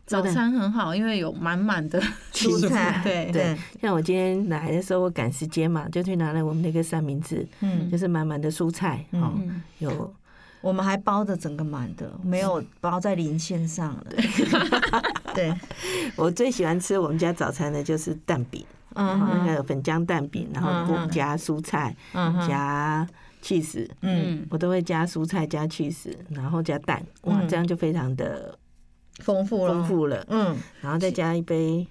Speaker 3: 早餐很好，因为有满满的
Speaker 2: [LAUGHS] 蔬菜，
Speaker 3: [LAUGHS] 对
Speaker 2: 对，
Speaker 1: 像我今天来的时候，我赶时间嘛，就去拿了我们那个三明治，
Speaker 2: 嗯，
Speaker 1: 就是满满的蔬菜，哦，有
Speaker 2: 我们还包的整个满的，没有包在零线上的。 [LAUGHS] 对，
Speaker 1: 我最喜欢吃我们家早餐的就是蛋饼，
Speaker 2: 嗯
Speaker 1: 那
Speaker 2: 哼
Speaker 1: 个粉浆蛋饼，然后
Speaker 2: 嗯
Speaker 1: 不加蔬菜，
Speaker 2: 嗯哼
Speaker 1: 加 cheese，
Speaker 2: 嗯，
Speaker 1: 我都会加蔬菜、加 cheese，然后加蛋，哇，这样就非常的
Speaker 2: 丰富了，
Speaker 1: 丰，富了。
Speaker 2: 嗯
Speaker 1: 然后再加一杯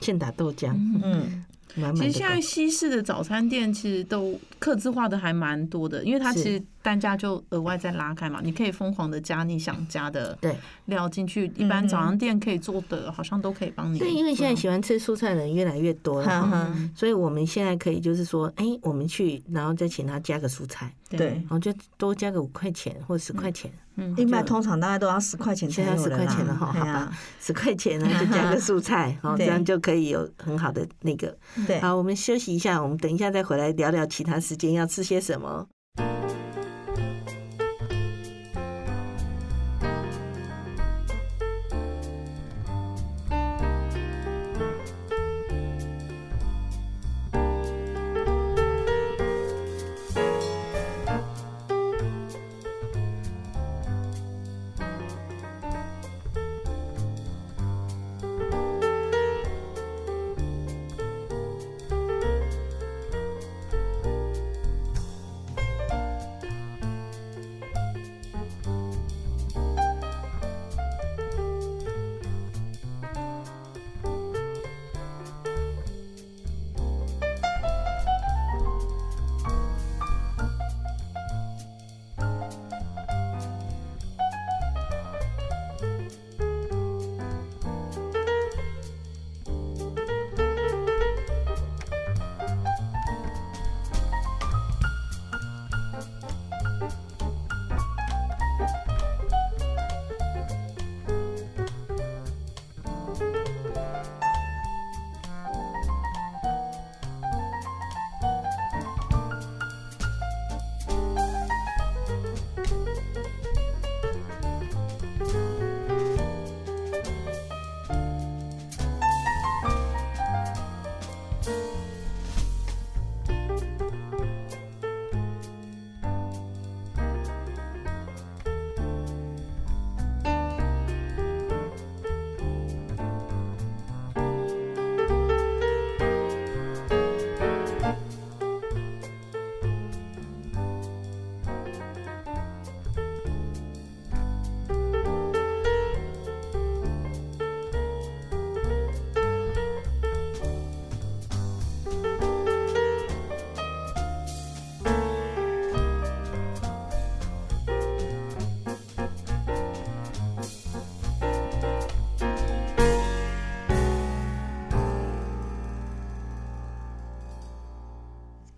Speaker 1: 现打豆浆，
Speaker 2: 嗯，
Speaker 1: 满
Speaker 3: 其
Speaker 1: 满
Speaker 3: 实
Speaker 1: 的
Speaker 3: 现在
Speaker 1: 感觉。
Speaker 3: 西式的早餐店其实都刻字化的还蛮多的，因为它
Speaker 1: 是
Speaker 3: 其实单价就额外再拉开嘛，你可以疯狂的加你想加的
Speaker 1: 对
Speaker 3: 料进去。一般早餐店可以做的，好像都可以帮你。
Speaker 1: 嗯对，因为现在喜欢吃蔬菜的人越来越多了
Speaker 2: 哈
Speaker 1: 哈，
Speaker 2: 哈，
Speaker 1: 嗯
Speaker 3: 嗯
Speaker 1: 所以我们现在可以就是说，哎，我们去，然后再请他加个蔬菜，
Speaker 2: 对
Speaker 1: 然。后就多加个五块钱或十块钱，
Speaker 3: 嗯
Speaker 2: 一般通常大概都要十块钱才
Speaker 1: 现在
Speaker 2: 有
Speaker 1: 十
Speaker 2: 了
Speaker 1: 块
Speaker 2: 啦，
Speaker 1: 钱了哈，好
Speaker 2: [LAUGHS] 对啊
Speaker 1: 吧，，十块钱
Speaker 2: [LAUGHS]
Speaker 1: 呢就加个蔬菜，哦，这
Speaker 2: 对
Speaker 1: 样就可以有很好的那个。
Speaker 2: 对，
Speaker 1: 好，我们休息一下，我们等一下再回来聊聊其他时间要吃些什么。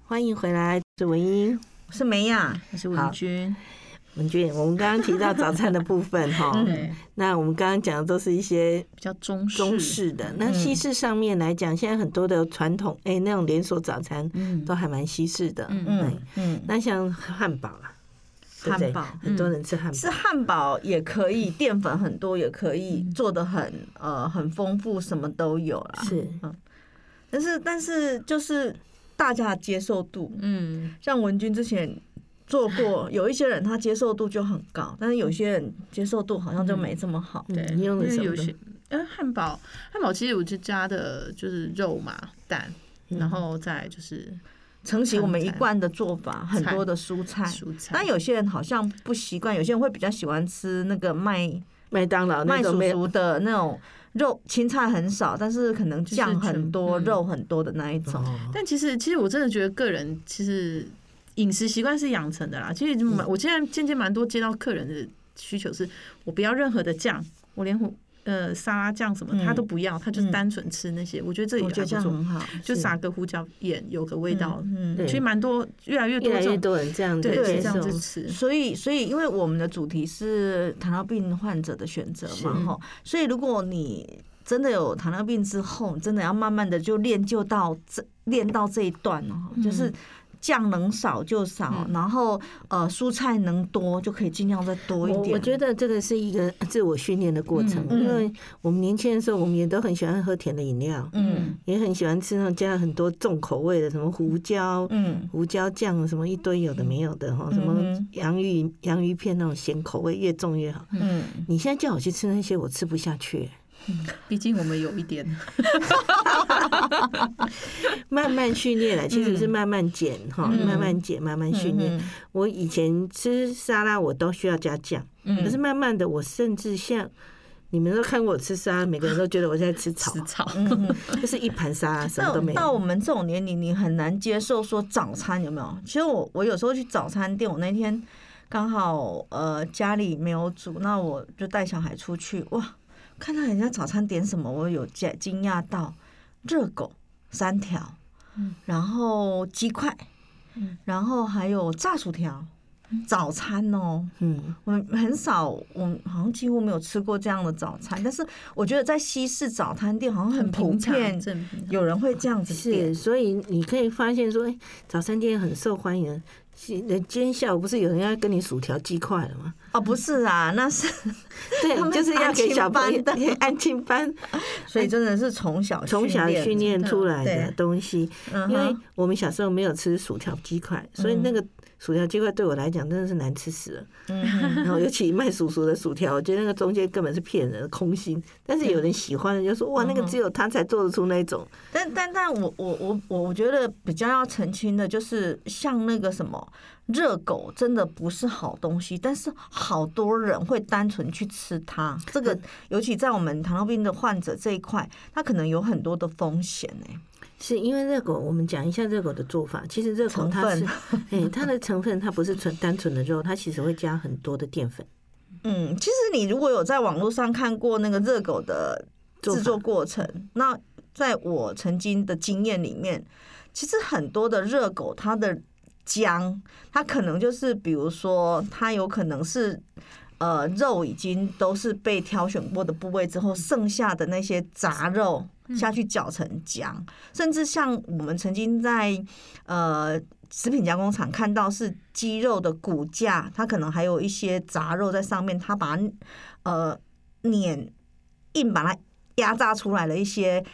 Speaker 1: 欢迎回来，我是文英
Speaker 2: 我是梅亚，
Speaker 3: 我是文君，，
Speaker 1: 文俊。我们刚刚提到早餐的部分
Speaker 2: [LAUGHS]
Speaker 1: 哈
Speaker 2: 嗯
Speaker 3: 对，
Speaker 1: 那我们刚刚讲的都是一些
Speaker 3: 比较中式，
Speaker 1: 中式
Speaker 2: 嗯
Speaker 1: 的。那西式上面来讲，现在很多的传统哎、那种连锁早餐
Speaker 3: 嗯
Speaker 1: 都还蛮西式的。
Speaker 3: 嗯
Speaker 1: 嗯
Speaker 2: 嗯，嗯，
Speaker 1: 那像汉堡啊，对不
Speaker 3: 汉
Speaker 1: 对
Speaker 3: 堡
Speaker 1: 很多人吃汉堡
Speaker 2: 吃。汉堡也可以，淀粉很多也可以，
Speaker 1: 嗯
Speaker 2: 做的很呃很丰富，什么都有啦。嗯
Speaker 1: 是
Speaker 2: 但是但是就是大家的接受度，
Speaker 3: 嗯，
Speaker 2: 像文君之前做
Speaker 1: 啊
Speaker 2: 过，有一些人他接受度就很高，但是有些人接受度好像就没这么好。
Speaker 1: 嗯
Speaker 3: 对，
Speaker 1: 你
Speaker 3: 因
Speaker 1: 用的
Speaker 3: 为
Speaker 1: 什么
Speaker 3: 有
Speaker 1: 呢？
Speaker 3: 些呃汉堡，汉堡其实我就加的就是肉嘛、蛋，
Speaker 2: 嗯
Speaker 3: 然后再就是
Speaker 2: 承袭我们一贯的做法，很多的蔬菜。
Speaker 3: 蔬菜。
Speaker 2: 但有些人好像不习惯，有些人会比较喜欢吃那个麦
Speaker 1: 麦当劳那
Speaker 2: 麦
Speaker 1: 种
Speaker 2: 叔
Speaker 1: 没有
Speaker 2: 叔的那种肉，青菜很少，但是可能酱很多、
Speaker 3: 就是全嗯
Speaker 2: 肉很多的那一种。
Speaker 1: 哦
Speaker 3: 但其实，其实我真的觉得个人其实饮食习惯是养成的啦。其实就
Speaker 2: 嗯
Speaker 3: 蛮，我现在渐渐蛮多接到客人的需求是，我不要任何的酱，我连胡呃沙拉酱什么
Speaker 2: 嗯
Speaker 3: 他都不要，他就是
Speaker 2: 嗯哦
Speaker 3: 单纯吃那些。我觉得这也
Speaker 2: 我
Speaker 3: 还
Speaker 2: 觉
Speaker 3: 不
Speaker 2: 得这样
Speaker 3: 错，
Speaker 2: 很好，
Speaker 3: 就是撒个胡椒盐，有个味道。
Speaker 2: 嗯
Speaker 1: 对
Speaker 3: 其实蛮多，越来越多
Speaker 1: 越来
Speaker 3: 这
Speaker 1: 越
Speaker 3: 种
Speaker 1: 多人这样子
Speaker 3: 对
Speaker 2: 对
Speaker 3: 这
Speaker 1: 接
Speaker 3: 样
Speaker 1: 受
Speaker 3: 子吃。
Speaker 2: 所以，所以，因为我们的主题是糖尿病患者的选择嘛，
Speaker 3: 是
Speaker 2: 哈，所以如果你真的有糖尿病之后，你真的要慢慢的就练就到这练到这一段哦，就是酱能少就少，
Speaker 3: 嗯
Speaker 2: 然后呃蔬菜能多就可以尽量再多一
Speaker 1: 我
Speaker 2: 点。
Speaker 1: 我觉
Speaker 2: 得
Speaker 1: 得这个是一个自我训练的过程，
Speaker 2: 嗯嗯
Speaker 1: 因为我们年轻的时候，我们也都很喜欢喝甜的饮料，
Speaker 2: 嗯
Speaker 1: 也很喜欢吃那种加了很多重口味的，什么胡椒、
Speaker 2: 嗯
Speaker 1: 胡椒酱，什么一堆有的没有的哈，什
Speaker 2: 嗯
Speaker 1: 么
Speaker 2: 哼
Speaker 1: 洋芋洋芋片那种咸口味，越重越好。
Speaker 2: 嗯，
Speaker 1: 你现在叫我去吃那些，我吃不下去。
Speaker 3: 毕竟我们有一
Speaker 1: [LAUGHS]
Speaker 3: 点，
Speaker 1: 慢慢训练了，其实是慢慢减哈，
Speaker 2: 嗯
Speaker 1: 慢慢减，慢慢训练。我以前吃沙拉，我都需要加酱，
Speaker 2: 嗯
Speaker 1: 可是慢慢的，我甚至像你们都看过我吃沙拉，每个人都觉得我在吃草啊
Speaker 3: 吃，草。
Speaker 2: 嗯。嗯嗯
Speaker 1: 就是一盘沙拉，什么
Speaker 2: 到
Speaker 1: 都没
Speaker 2: 到我
Speaker 1: 有。
Speaker 2: 们这种年龄，你很难接受说早餐有没有？其实我我有时候去早餐店，我那天刚好呃家里没有煮，那我就带小孩出去，哇，看到人家早餐点什么，我有惊惊讶到，热狗三条，
Speaker 1: 嗯
Speaker 2: 然后鸡块，然后还有炸薯条，早餐哦，
Speaker 1: 嗯，
Speaker 2: 我们很少，我们好像几乎没有吃过这样的早餐，但是我觉得在西式早餐店好像很普
Speaker 3: 平常
Speaker 2: 遍，
Speaker 3: 正嗯平常
Speaker 2: 有人会这样子
Speaker 1: 是，，
Speaker 2: 点
Speaker 1: 所以你可以发现说，哎，早餐店很受欢迎。是人今天下午不是有人要跟你薯条鸡块了
Speaker 2: [LAUGHS]
Speaker 1: 吗？
Speaker 2: 哦，不是啊，那是，他
Speaker 1: 对，
Speaker 2: 们
Speaker 1: 就是要给小朋友
Speaker 2: 安亲班
Speaker 1: 安亲班
Speaker 2: [LAUGHS] 所以真的是从
Speaker 1: [LAUGHS]
Speaker 2: 小
Speaker 1: 从小
Speaker 2: 练
Speaker 1: 训，练出来的
Speaker 2: 对
Speaker 1: 东西。
Speaker 2: 嗯
Speaker 1: 因为
Speaker 2: 哼
Speaker 1: 我们小时候没有吃薯条鸡块，所以那个薯条鸡块对我来讲真的是难吃死了。
Speaker 2: 嗯哼
Speaker 1: 然后尤其卖叔叔的薯条，我觉得那个中间根本是骗人的空心。但是有人喜欢的就说哇，那个只有他才做得出那种。
Speaker 2: 但但但我我我我我觉得比较要澄清的就是，像那个什么热狗，真的不是好东西，但是好多人会单纯去吃它。这
Speaker 1: 嗯
Speaker 2: 个尤其在我们糖尿病的患者这一块，它可能有很多的风险欸呢、
Speaker 1: 是因为热狗，我们讲一下热狗的做法。其实热狗
Speaker 2: 成
Speaker 1: 它
Speaker 2: 分
Speaker 1: 是， [LAUGHS] 哎，它的成分它不是纯单纯的肉，它其实会加很多的淀粉。
Speaker 2: 嗯，其实你如果有在网络上看过那个热狗的
Speaker 1: 做法
Speaker 2: 制作过程，那在我曾经的经验里面，其实很多的热狗它的姜，它可能就是比如说它有可能是呃肉已经都是被挑选过的部位之后，剩下的那些杂肉
Speaker 1: 嗯
Speaker 2: 下去搅成浆，甚至像我们曾经在呃。食品加工厂看到是鸡肉的骨架，它可能还有一些杂肉在上面，它把它呃碾硬把它压榨出来了一些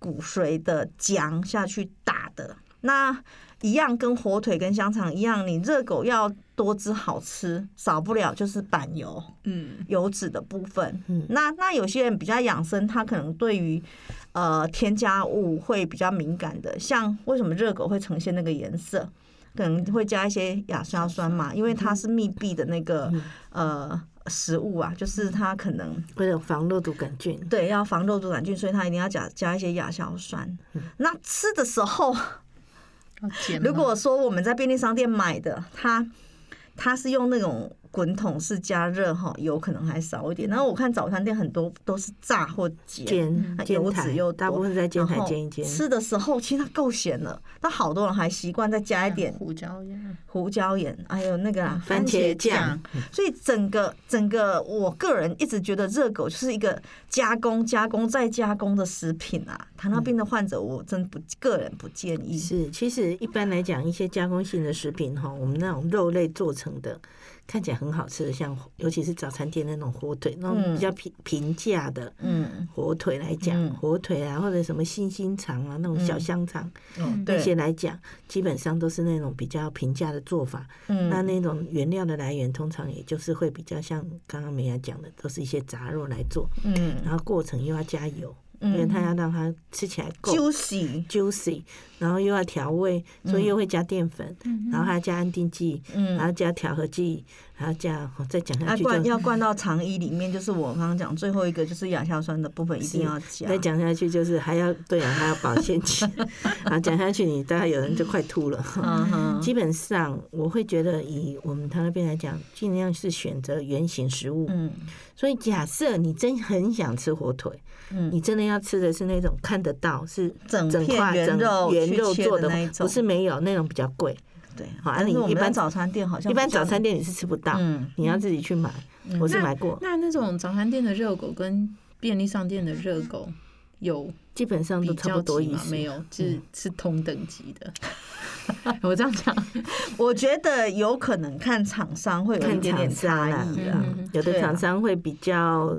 Speaker 2: 骨髓的浆下去打的。那一样跟火腿跟香肠一样，你热狗要多汁好吃，少不了就是板油。
Speaker 3: 嗯，
Speaker 2: 油脂的部分。
Speaker 1: 嗯
Speaker 2: 那那有些人比较养生，他可能对于呃添加物会比较敏感的，像为什么热狗会呈现那个颜色，可能会加一些亚硝酸嘛，因为它是密闭的那个、呃食物啊，就是它可能
Speaker 1: 为了防肉毒杆菌，
Speaker 2: 对要防肉毒杆菌，所以它一定要加加一些亚硝酸。那吃的时候。
Speaker 3: 要
Speaker 1: 嗯
Speaker 3: 减吗。
Speaker 2: 如果说我们在便利商店买的，它它是用那种滚筒式加热哈，油可能还少一点。然后我看早餐店很多都是炸或煎，
Speaker 1: 煎
Speaker 2: 它
Speaker 1: 煎
Speaker 2: 油
Speaker 1: 台
Speaker 2: 脂又多
Speaker 1: 大部分在煎
Speaker 2: 然
Speaker 1: 台
Speaker 2: 后
Speaker 1: 煎一煎，
Speaker 2: 吃的时候其实它够咸了，但好多人还习惯再加一点
Speaker 3: 胡椒盐，
Speaker 2: 胡椒盐，还有那个啦
Speaker 1: 嗯番茄酱，
Speaker 2: 所以整个整个，我个人一直觉得热狗就是一个加工、加工再加工的食品啊。糖尿病的患者，我真不个人不建议。
Speaker 1: 是，其实一般来讲，一些加工性的食品哈，我们那种肉类做成的，看起来很好吃的，像尤其是早餐店那种火腿，那种比较平平价的
Speaker 2: 嗯，
Speaker 1: 火腿来讲，
Speaker 2: 嗯
Speaker 1: 火腿啊或者什么信心肠啊那种小香肠、
Speaker 2: 嗯
Speaker 1: 那些
Speaker 2: 对，
Speaker 1: 来讲，基本上都是那种比较平价的做法。那
Speaker 2: 嗯，
Speaker 1: 那种原料的来源，通常也就是会比较像刚刚梅雅讲的，都是一些杂肉来做，
Speaker 2: 嗯
Speaker 1: 然后过程又要加油，因为
Speaker 2: 嗯，
Speaker 1: 它要让它吃起来够
Speaker 2: juicy，
Speaker 1: juicy，然后又要调味，所以又会加淀粉，然后还要加安定剂，
Speaker 2: 嗯
Speaker 1: 还要加调和剂，还要加哦再讲下
Speaker 2: 啊，
Speaker 1: 去
Speaker 2: 灌
Speaker 1: 就
Speaker 2: 要灌到肠衣里面，就是我刚刚讲最后一个，就是亚硝酸的部分一定要加。
Speaker 1: 再讲下去就是还要对啊，还要保鲜
Speaker 2: [LAUGHS]
Speaker 1: 期，啊讲下去你大概有人就快吐了。
Speaker 2: 嗯哼，
Speaker 1: 基本上我会觉得以我们糖尿病来讲，尽量是选择原型食物。
Speaker 2: 嗯
Speaker 1: 所以假设你真很想吃火腿，
Speaker 2: 嗯
Speaker 1: 你真的要吃的是那种看得到是
Speaker 2: 整
Speaker 1: 整
Speaker 2: 片
Speaker 1: 块
Speaker 2: 原
Speaker 1: 整
Speaker 2: 肉
Speaker 1: 原
Speaker 2: 去
Speaker 1: 肉
Speaker 2: 切的
Speaker 1: 做的
Speaker 2: 那一，种
Speaker 1: 不是没有那种比较贵。
Speaker 2: 对。
Speaker 1: 好啊
Speaker 2: 但
Speaker 1: 你
Speaker 2: 是我
Speaker 1: 一
Speaker 2: 们在
Speaker 1: 般
Speaker 2: 早餐店好像
Speaker 1: 一般
Speaker 2: 比较
Speaker 1: 早餐店啊你是吃不到，
Speaker 2: 嗯
Speaker 1: 你要自己去买。我是买过，
Speaker 3: 那那种早餐店的热狗跟便利商店的热狗有
Speaker 1: 基本上都
Speaker 3: 比
Speaker 1: 差不
Speaker 3: 较
Speaker 1: 多
Speaker 3: 级
Speaker 1: 意
Speaker 3: 吗？
Speaker 1: 思。嗯
Speaker 3: 没有，是是同等级的。 [LAUGHS] 我这样讲，
Speaker 2: 我觉得有可能看厂商会有一
Speaker 1: 看
Speaker 2: 点
Speaker 1: 厂
Speaker 2: 点
Speaker 1: 商
Speaker 2: 差
Speaker 1: 啦
Speaker 2: 异
Speaker 3: 啊
Speaker 2: 啦。
Speaker 3: 嗯
Speaker 1: 有的
Speaker 2: 对啊
Speaker 1: 厂商会比较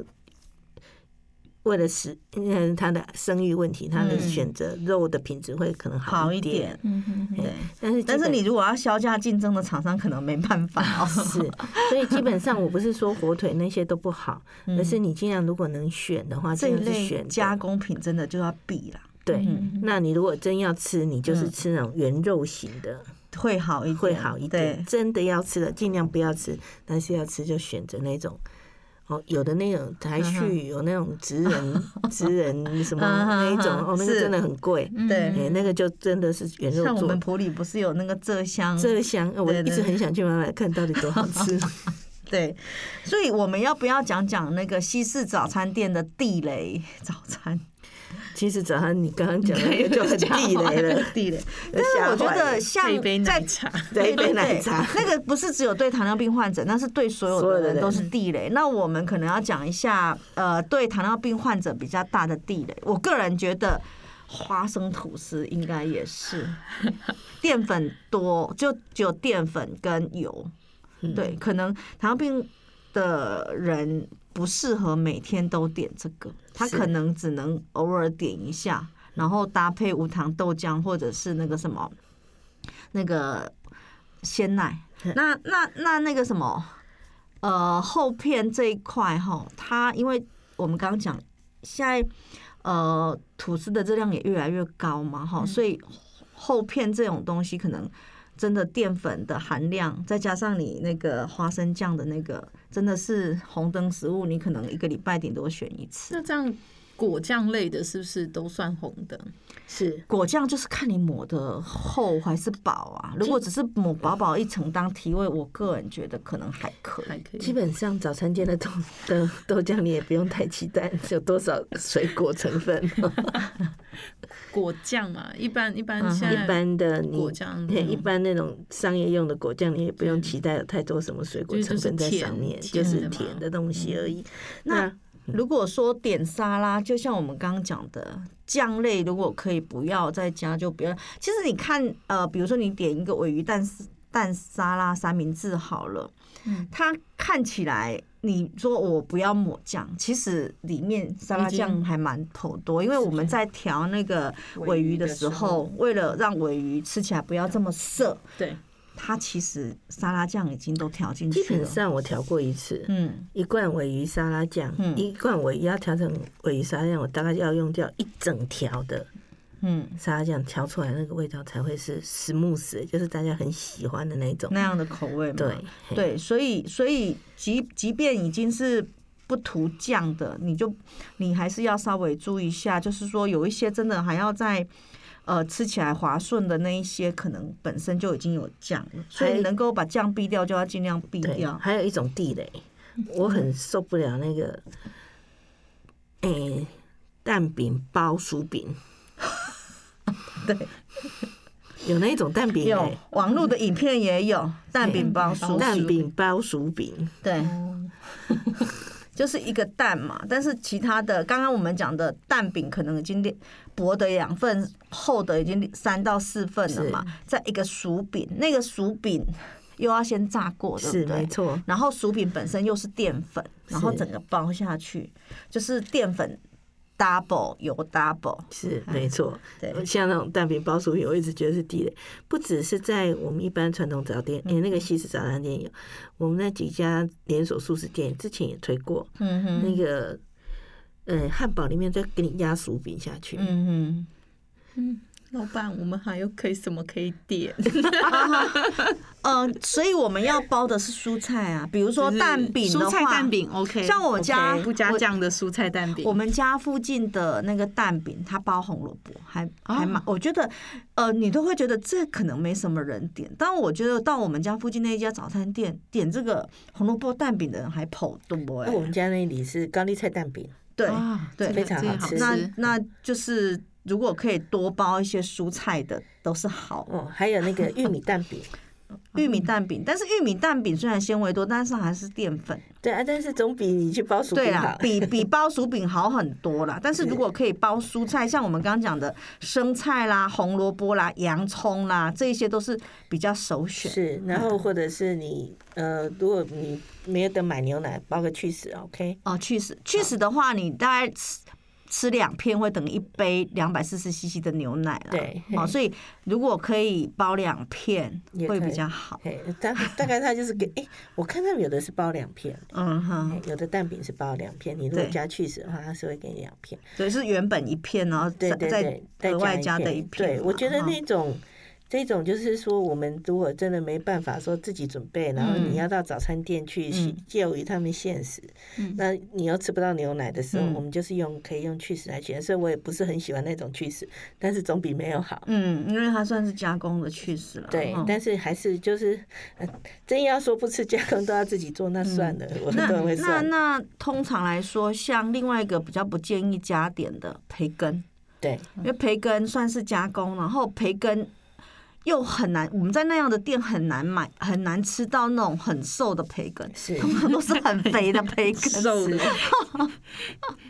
Speaker 1: 为了食，嗯，他的生意问题，他的
Speaker 2: 嗯
Speaker 1: 选择肉的品质会可能
Speaker 2: 好
Speaker 1: 一
Speaker 2: 一点，，
Speaker 3: 嗯哼哼
Speaker 2: 对。
Speaker 1: 但是基
Speaker 2: 但是
Speaker 1: 本
Speaker 2: 你如果要削价竞争的厂商，可能没办法哦。
Speaker 1: 啊是，所以基本上我不是说火腿那些都不好，而是你尽量如果能选的话，
Speaker 2: 嗯这
Speaker 1: 尽
Speaker 2: 一
Speaker 1: 量是
Speaker 2: 类
Speaker 1: 选
Speaker 2: 加
Speaker 1: 的
Speaker 2: 工品真的就要避啦，
Speaker 1: 对
Speaker 2: 嗯。
Speaker 1: 那你如果真要吃，你就是
Speaker 2: 嗯
Speaker 1: 吃那种原肉型的，
Speaker 2: 会好一点，
Speaker 1: 会好一点。
Speaker 2: 对，
Speaker 1: 真的要吃的，尽量不要吃，但是要吃就选择那种。哦，有的那种台序，有那种职
Speaker 2: [LAUGHS]
Speaker 1: 人、职人什么
Speaker 2: 嗯
Speaker 1: 那一种，
Speaker 2: 嗯嗯
Speaker 1: 哦，那个
Speaker 2: 是
Speaker 1: 真的很贵，
Speaker 2: 对
Speaker 1: 哎，那个就真的是原肉
Speaker 2: 像我
Speaker 1: 做
Speaker 2: 们
Speaker 1: 的。
Speaker 2: 普里不是有那个浙香
Speaker 1: 这个香，呃我
Speaker 2: 对
Speaker 1: 一直
Speaker 2: 对
Speaker 1: 很想去买买看到底多好
Speaker 2: [LAUGHS]
Speaker 1: 吃。
Speaker 2: 对，所以我们要不要讲讲那个西式早餐店的地雷早餐？
Speaker 1: 其实早上你刚刚讲的那个就很地雷了，
Speaker 3: 地雷，
Speaker 1: 但
Speaker 2: 但我觉得像
Speaker 3: 这一杯奶
Speaker 2: 在
Speaker 3: 茶，
Speaker 1: 这一
Speaker 2: 对
Speaker 1: 杯
Speaker 2: 对
Speaker 1: 奶
Speaker 2: 对
Speaker 1: 茶，
Speaker 2: 那个不是只有对糖尿病患者，那是对所有
Speaker 1: 所有
Speaker 2: 的
Speaker 1: 的
Speaker 2: 人
Speaker 1: 人
Speaker 2: 都是地雷。那我们可能要讲一下，呃，对糖尿病患者比较大的地雷，我个人觉得花生吐司应该也是淀粉多，就只有淀粉跟油。
Speaker 1: 嗯
Speaker 2: 对，可能糖尿病的人不适合每天都点这个，他
Speaker 1: 是
Speaker 2: 可能只能偶尔点一下，然后搭配无糖豆浆或者是那个什么那个鲜奶。那那那那个什么，呃，后片这一块哈，它因为我们刚刚讲，现在呃吐司的热量也越来越高嘛，哈，所以后片这种东西可能真的淀粉的含量，再加上你那个花生酱的那个，真的是红灯食物，你可能一个礼拜顶多选一次。
Speaker 3: 那这样果酱类的是不是都算红的？
Speaker 1: 是
Speaker 2: 果酱就是看你抹的厚还是薄啊。如果只是抹薄薄一层当提味，我个人觉得可能还可
Speaker 3: 还
Speaker 2: 以。
Speaker 3: 可以，
Speaker 1: 基本上早餐店的豆的豆浆你也不用太期待有多少水果成分，
Speaker 3: 果酱嘛，一般一般
Speaker 2: 嗯哼
Speaker 3: 现在
Speaker 1: 一般的你
Speaker 3: 果酱嗯
Speaker 1: 对一般那种商业用的果酱，你也不用期待有太多什么水果
Speaker 3: 就是
Speaker 1: 成分在上面，
Speaker 3: 就
Speaker 1: 就是是
Speaker 3: 甜甜的嘛嗯
Speaker 1: 甜的东西而已。
Speaker 2: 那
Speaker 1: 那
Speaker 2: 如果说点沙拉，就像我们刚刚讲的酱类，如果可以不要在家就不要。其实你看，呃，比如说你点一个尾鱼蛋丝蛋沙拉三明治好了，
Speaker 3: 嗯
Speaker 2: 它看起来你说我不要抹酱，其实里面沙拉酱还蛮颇多，因为我们在调那个尾鱼的时候，为了让尾鱼吃起来不要这么涩，
Speaker 3: 对，
Speaker 2: 它其实沙拉酱已经都调进
Speaker 1: 基
Speaker 2: 去
Speaker 1: 本
Speaker 2: 了。
Speaker 1: 上我调过一次，
Speaker 2: 嗯，
Speaker 1: 一罐尾鱼沙拉酱，
Speaker 2: 嗯
Speaker 1: 一罐尾鱼要调成尾鱼沙拉酱，我大概要用掉一整条的
Speaker 2: 嗯，
Speaker 1: 沙拉酱，调出来那个味道才会是 smooth，就是大家很喜欢的那种。
Speaker 2: 那样的口味嘛。
Speaker 1: 对，嘿
Speaker 2: 对，所以所以即即便已经是不涂酱的，你就你还是要稍微注意一下，就是说有一些真的还要在。呃，吃起来滑顺的那一些，可能本身就已经有酱了，所
Speaker 1: 还
Speaker 2: 以能够把酱避掉，就要尽量避
Speaker 1: 对，
Speaker 2: 掉。
Speaker 1: 还有一种地雷，我很受不了那个，诶、蛋饼包薯 [LAUGHS] 饼，
Speaker 2: 对，
Speaker 1: 有那种蛋饼、
Speaker 2: 有
Speaker 1: 欸，
Speaker 2: 网络的影片也有蛋饼包
Speaker 3: 包
Speaker 2: 酥，
Speaker 1: 嗯蛋饼包薯饼，
Speaker 2: 对，哦 [LAUGHS] 就是一个蛋嘛。但是其他的，刚刚我们讲的蛋饼可能已经裂薄的两份，厚的已经三到四份了嘛。再一个薯饼，那个薯饼又要先炸过，对
Speaker 1: 是
Speaker 2: 不
Speaker 1: 没
Speaker 2: 对？
Speaker 1: 错，
Speaker 2: 然后薯饼本身又是淀粉，然后
Speaker 1: 是
Speaker 2: 整个包下去就是淀粉 double 油 double，
Speaker 1: 是没错。
Speaker 2: 嗯
Speaker 1: 呃
Speaker 2: 对，
Speaker 1: 像那种蛋饼包薯饼，我一直觉得是地雷，不只是在我们一般传统早
Speaker 2: 嗯
Speaker 1: 店，诶、那个西式早餐店有，我们那几家连锁素食店之前也推过、
Speaker 2: 嗯哼，
Speaker 1: 那个。呃，汉堡里面再给你压薯饼下去，
Speaker 2: 嗯哼。
Speaker 3: 老板，我们还有可以什么可以点？
Speaker 2: 嗯，所以我们要包的是蔬菜啊，比如说蛋饼的话，
Speaker 3: 蔬菜蛋饼 OK，
Speaker 2: 像我家
Speaker 3: OK，不加
Speaker 2: 我
Speaker 3: 酱的蔬菜蛋饼，
Speaker 2: 我们家附近的那个蛋饼，它包红萝卜，还
Speaker 3: 啊
Speaker 2: 还蛮，我觉得，呃，你都会觉得这可能没什么人点，但我觉得到我们家附近那一家早餐店点这个红萝卜蛋饼的人还颇多
Speaker 1: 哦
Speaker 2: 哎、
Speaker 1: 那我们家那里是高丽菜蛋饼，
Speaker 2: 对，
Speaker 3: 哦啊
Speaker 2: 对
Speaker 3: 这个
Speaker 1: 非常
Speaker 3: 这个
Speaker 1: 好吃
Speaker 2: 那
Speaker 3: 吃
Speaker 2: 那就是如果可以多包一些蔬菜的都是好，
Speaker 3: 嗯
Speaker 1: 哦，还有那个玉米蛋
Speaker 2: [LAUGHS]
Speaker 1: 饼，
Speaker 2: 玉米蛋饼，但是玉米蛋饼虽然纤维多，但是还是淀粉，
Speaker 1: 对啊，但是总比你去包薯
Speaker 2: 对
Speaker 1: 饼
Speaker 2: 啊啦
Speaker 1: 好，。
Speaker 2: 比
Speaker 1: [LAUGHS]
Speaker 2: 比包薯饼好很多啦。但是如果可以包蔬菜，像我们刚刚讲的生菜啦、红萝卜啦、洋葱啦，这一些都是比较首选。嗯
Speaker 1: 是，然后或者是你呃，如果你没有得买牛奶，包个去死，OK？
Speaker 2: 哦，去死去死的话，你大概吃吃两片会等于一杯两百四十 CC 的牛奶啦。
Speaker 1: 对
Speaker 2: 哦，
Speaker 1: 嘿
Speaker 2: 所以如果可以包两片
Speaker 1: 也
Speaker 2: 会
Speaker 1: 可
Speaker 2: 比
Speaker 1: 以
Speaker 2: 较好。
Speaker 1: 嘿，大大概它就是给哎、我看他们有的是包两片，
Speaker 2: 嗯哼，
Speaker 1: 嘿有的蛋饼是包两片，你如果
Speaker 2: 对
Speaker 1: 加去死的话，它是会给你两片。
Speaker 2: 对，是原本一片，然后
Speaker 1: 对
Speaker 2: 再
Speaker 1: 对对，
Speaker 2: 额外
Speaker 1: 加
Speaker 2: 加的一片嘛。
Speaker 1: 对，我觉得
Speaker 2: 哈
Speaker 1: 那种。这种就是说，我们如果真的没办法说自己准备，然后你要到早餐店去
Speaker 2: 嗯
Speaker 1: 介于他们现实，那你又吃不到牛奶的时候，
Speaker 2: 嗯
Speaker 1: 我们就是用可以用去死来取代。所以我也不是很喜欢那种去死，但是总比没有好。
Speaker 2: 嗯，因为它算是加工的去死了。哦
Speaker 1: 对，
Speaker 2: 哈
Speaker 1: 但是还是就是，呃真要说不吃加工 [LAUGHS] 都要自己做，那算了，我
Speaker 2: 嗯那
Speaker 1: 都会
Speaker 2: 那
Speaker 1: 算。
Speaker 2: 那通常来说，像另外一个比较不建议加点的培根，
Speaker 1: 对，
Speaker 2: 因为培根算是加工，然后培根又很难，我们在那样的店很难买，很难吃到那种很瘦的
Speaker 1: [LAUGHS]
Speaker 2: 培根，
Speaker 1: 是
Speaker 2: 通常都是很肥的培根，
Speaker 3: 瘦的。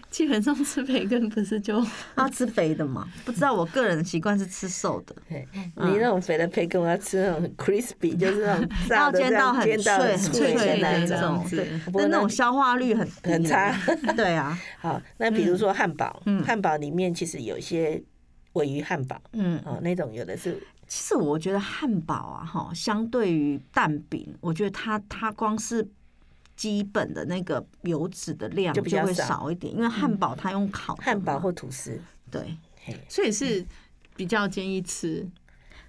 Speaker 3: 基本上吃培根不是就
Speaker 2: 要吃肥的嘛？不知道我个人的习惯是吃瘦的，
Speaker 1: 对你那种肥的培根，我要吃那种很
Speaker 2: [LAUGHS]
Speaker 1: crispy，就是那种炸
Speaker 2: 要
Speaker 1: 的这
Speaker 2: 煎到
Speaker 1: 样
Speaker 2: 很
Speaker 1: 煎到
Speaker 2: 脆
Speaker 1: 很
Speaker 2: 脆
Speaker 1: 脆的
Speaker 3: 的
Speaker 1: 那
Speaker 2: 那
Speaker 1: 一
Speaker 3: 这
Speaker 1: 种。
Speaker 3: 样
Speaker 2: 种，
Speaker 3: 子
Speaker 2: 对，
Speaker 1: 不过
Speaker 2: 但那
Speaker 1: 那
Speaker 2: 种消化率很低
Speaker 1: 很差，
Speaker 2: 对啊，
Speaker 1: 好，那比如说汉堡，
Speaker 2: 嗯
Speaker 1: 汉堡里面其实有一些尾鱼汉堡，
Speaker 2: 嗯。
Speaker 1: 哦，那种有的是
Speaker 2: 其实我觉得汉堡啊，哈，相对于蛋饼，我觉得它它光是基本的那个油脂的量
Speaker 1: 就比较
Speaker 2: 会
Speaker 1: 少嗯
Speaker 2: 少一点，因为汉堡它用烤的嘛
Speaker 1: 汉堡或吐司，
Speaker 2: 对
Speaker 1: 嘿，
Speaker 3: 所以是比较建议吃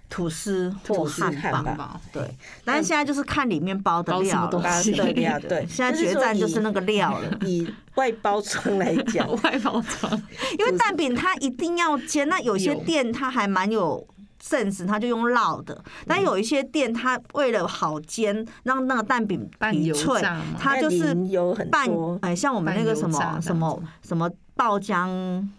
Speaker 2: 吐司或
Speaker 1: 吐司
Speaker 2: 汉
Speaker 1: 汉
Speaker 2: 堡，
Speaker 1: 堡，
Speaker 2: 对。但是现在就是看里面包的
Speaker 3: 包什
Speaker 2: 料
Speaker 3: 么东
Speaker 2: 了，
Speaker 1: 巴
Speaker 3: 西
Speaker 1: 士的料，对，
Speaker 2: 哦 [LAUGHS] 现在决战就是那个料了，
Speaker 1: 以以外包装来
Speaker 2: [LAUGHS]
Speaker 1: 讲
Speaker 3: [LAUGHS] ，外包装，
Speaker 2: 因为蛋饼它一定要煎，那有些
Speaker 3: 有
Speaker 2: 店它还蛮有阵子它就用烙的，但
Speaker 1: 嗯
Speaker 2: 有一些店它为了好煎，让那个蛋饼
Speaker 3: 拌
Speaker 2: 皮
Speaker 3: 油
Speaker 2: 脆
Speaker 3: 炸嘛，
Speaker 2: 它就是
Speaker 1: 但淋油很
Speaker 2: 拌
Speaker 1: 多
Speaker 2: 哎，像我们那个什
Speaker 3: 拌油炸
Speaker 2: 么什
Speaker 3: 这
Speaker 2: 么
Speaker 3: 样
Speaker 2: 什么爆浆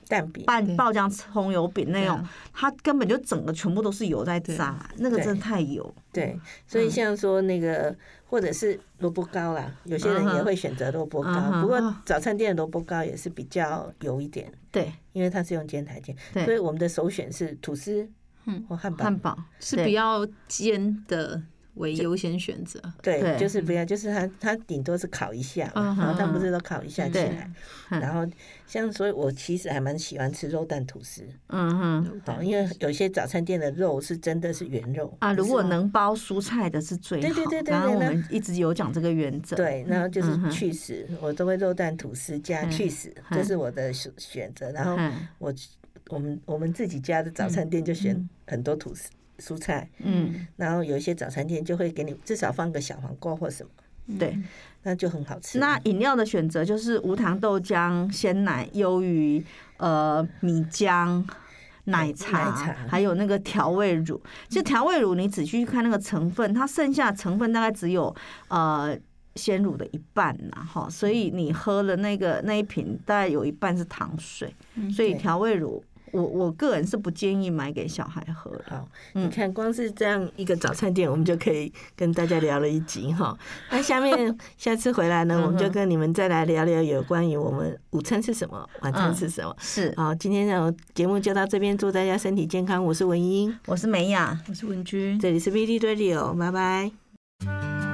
Speaker 1: 蛋饼，
Speaker 3: 对
Speaker 2: 拌爆浆葱油饼那
Speaker 3: 对
Speaker 2: 种
Speaker 3: 啊，
Speaker 2: 它根本就整个全部都是油在炸，那个真的太油。
Speaker 1: 对，所
Speaker 2: 嗯
Speaker 1: 以像说那个或者是萝卜糕啦，有些人
Speaker 2: 嗯
Speaker 1: 也
Speaker 2: 哼
Speaker 1: 会选择萝卜
Speaker 2: 嗯
Speaker 1: 糕，
Speaker 2: 哼
Speaker 1: 不过早餐店的萝卜糕也是比较油一点，
Speaker 2: 对，
Speaker 1: 因为它是用煎台煎，
Speaker 2: 对
Speaker 1: 所以我们的首选是吐司
Speaker 3: 嗯
Speaker 1: 或汉堡
Speaker 2: 汉，堡
Speaker 3: 是
Speaker 2: 对
Speaker 3: 不要煎的为优先选择。
Speaker 1: 对，
Speaker 2: 对嗯
Speaker 1: 就是不要，就是它它顶多是烤一下嘛
Speaker 3: 嗯，哼
Speaker 1: 然后但不是都烤一下起
Speaker 2: 对
Speaker 1: 来，
Speaker 2: 嗯
Speaker 1: 然后像所以我其实还蛮喜欢吃肉蛋吐司，
Speaker 2: 嗯哼。
Speaker 1: 好，因为有些早餐店的肉是真的是原肉
Speaker 2: 啊，
Speaker 1: 不
Speaker 2: 如
Speaker 1: 是哦
Speaker 2: 果能包蔬菜的是最好。
Speaker 1: 对对对对
Speaker 2: 刚刚
Speaker 1: 对
Speaker 2: 我
Speaker 1: 那
Speaker 2: 们一直有讲这个原则。
Speaker 1: 对，然后就是
Speaker 2: 嗯哼
Speaker 1: 去死，我都会肉蛋吐司加
Speaker 2: 嗯
Speaker 1: 去死，
Speaker 2: 嗯
Speaker 1: 这是我的选选择。然后
Speaker 2: 嗯，
Speaker 1: 我我们我们自己家的早餐店就选
Speaker 2: 嗯
Speaker 1: 很多吐司蔬菜，
Speaker 2: 嗯
Speaker 1: 然后有一些早餐店就会给你至少放个小黄瓜或什么，
Speaker 2: 嗯，对。
Speaker 1: 那就很好吃。
Speaker 2: 那饮料的选择就是无糖豆浆、鲜奶、优于呃米浆。奶茶，
Speaker 1: 嗯奶茶
Speaker 2: 还有那个调味乳，其实调味乳你仔细去看那个成分，它剩下的成分大概只有呃鲜乳的一半啦，
Speaker 1: 嗯
Speaker 2: 哈，所以你喝了那个那一瓶，大概有一半是糖水，所
Speaker 1: 嗯
Speaker 2: 以
Speaker 1: 对
Speaker 2: 调味乳，我我个人是不建议买给小孩喝的。
Speaker 1: 好，
Speaker 2: 嗯
Speaker 1: 你看光是这样一个早餐店，我们就可以跟大家聊了一集
Speaker 2: [LAUGHS]
Speaker 1: 哈。那下面下次回
Speaker 2: 嗯
Speaker 1: 来呢，我们就跟你们再来聊聊有关于我们午餐是什么，晚餐是什么。
Speaker 2: 嗯是，
Speaker 1: 好，今天的节目就到这边，祝大家身体健康。我是文英。
Speaker 2: 我是美雅，
Speaker 3: 我是文君，
Speaker 1: 这里是 VD Radio，拜拜。